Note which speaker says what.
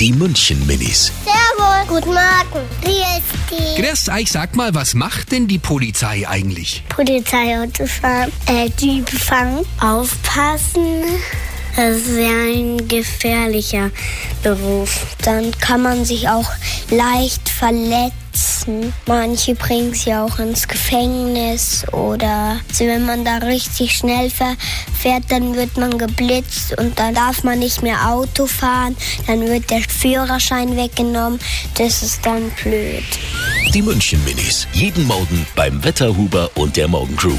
Speaker 1: Die München Minis.
Speaker 2: Servus. Guten Morgen. Wie ist die
Speaker 1: Grüß euch, sag mal, was macht denn die Polizei eigentlich?
Speaker 2: Polizeiauto fahren? Äh, die befangen. Aufpassen. Das ist ja ein gefährlicher Beruf. Dann kann man sich auch leicht verletzen. Manche bringen sie auch ins Gefängnis oder wenn man da richtig schnell ver- fährt, dann wird man geblitzt und dann darf man nicht mehr Auto fahren. Dann wird der Führerschein weggenommen. Das ist dann blöd.
Speaker 1: Die München Minis. Jeden Morgen beim Wetterhuber und der Morgencrew.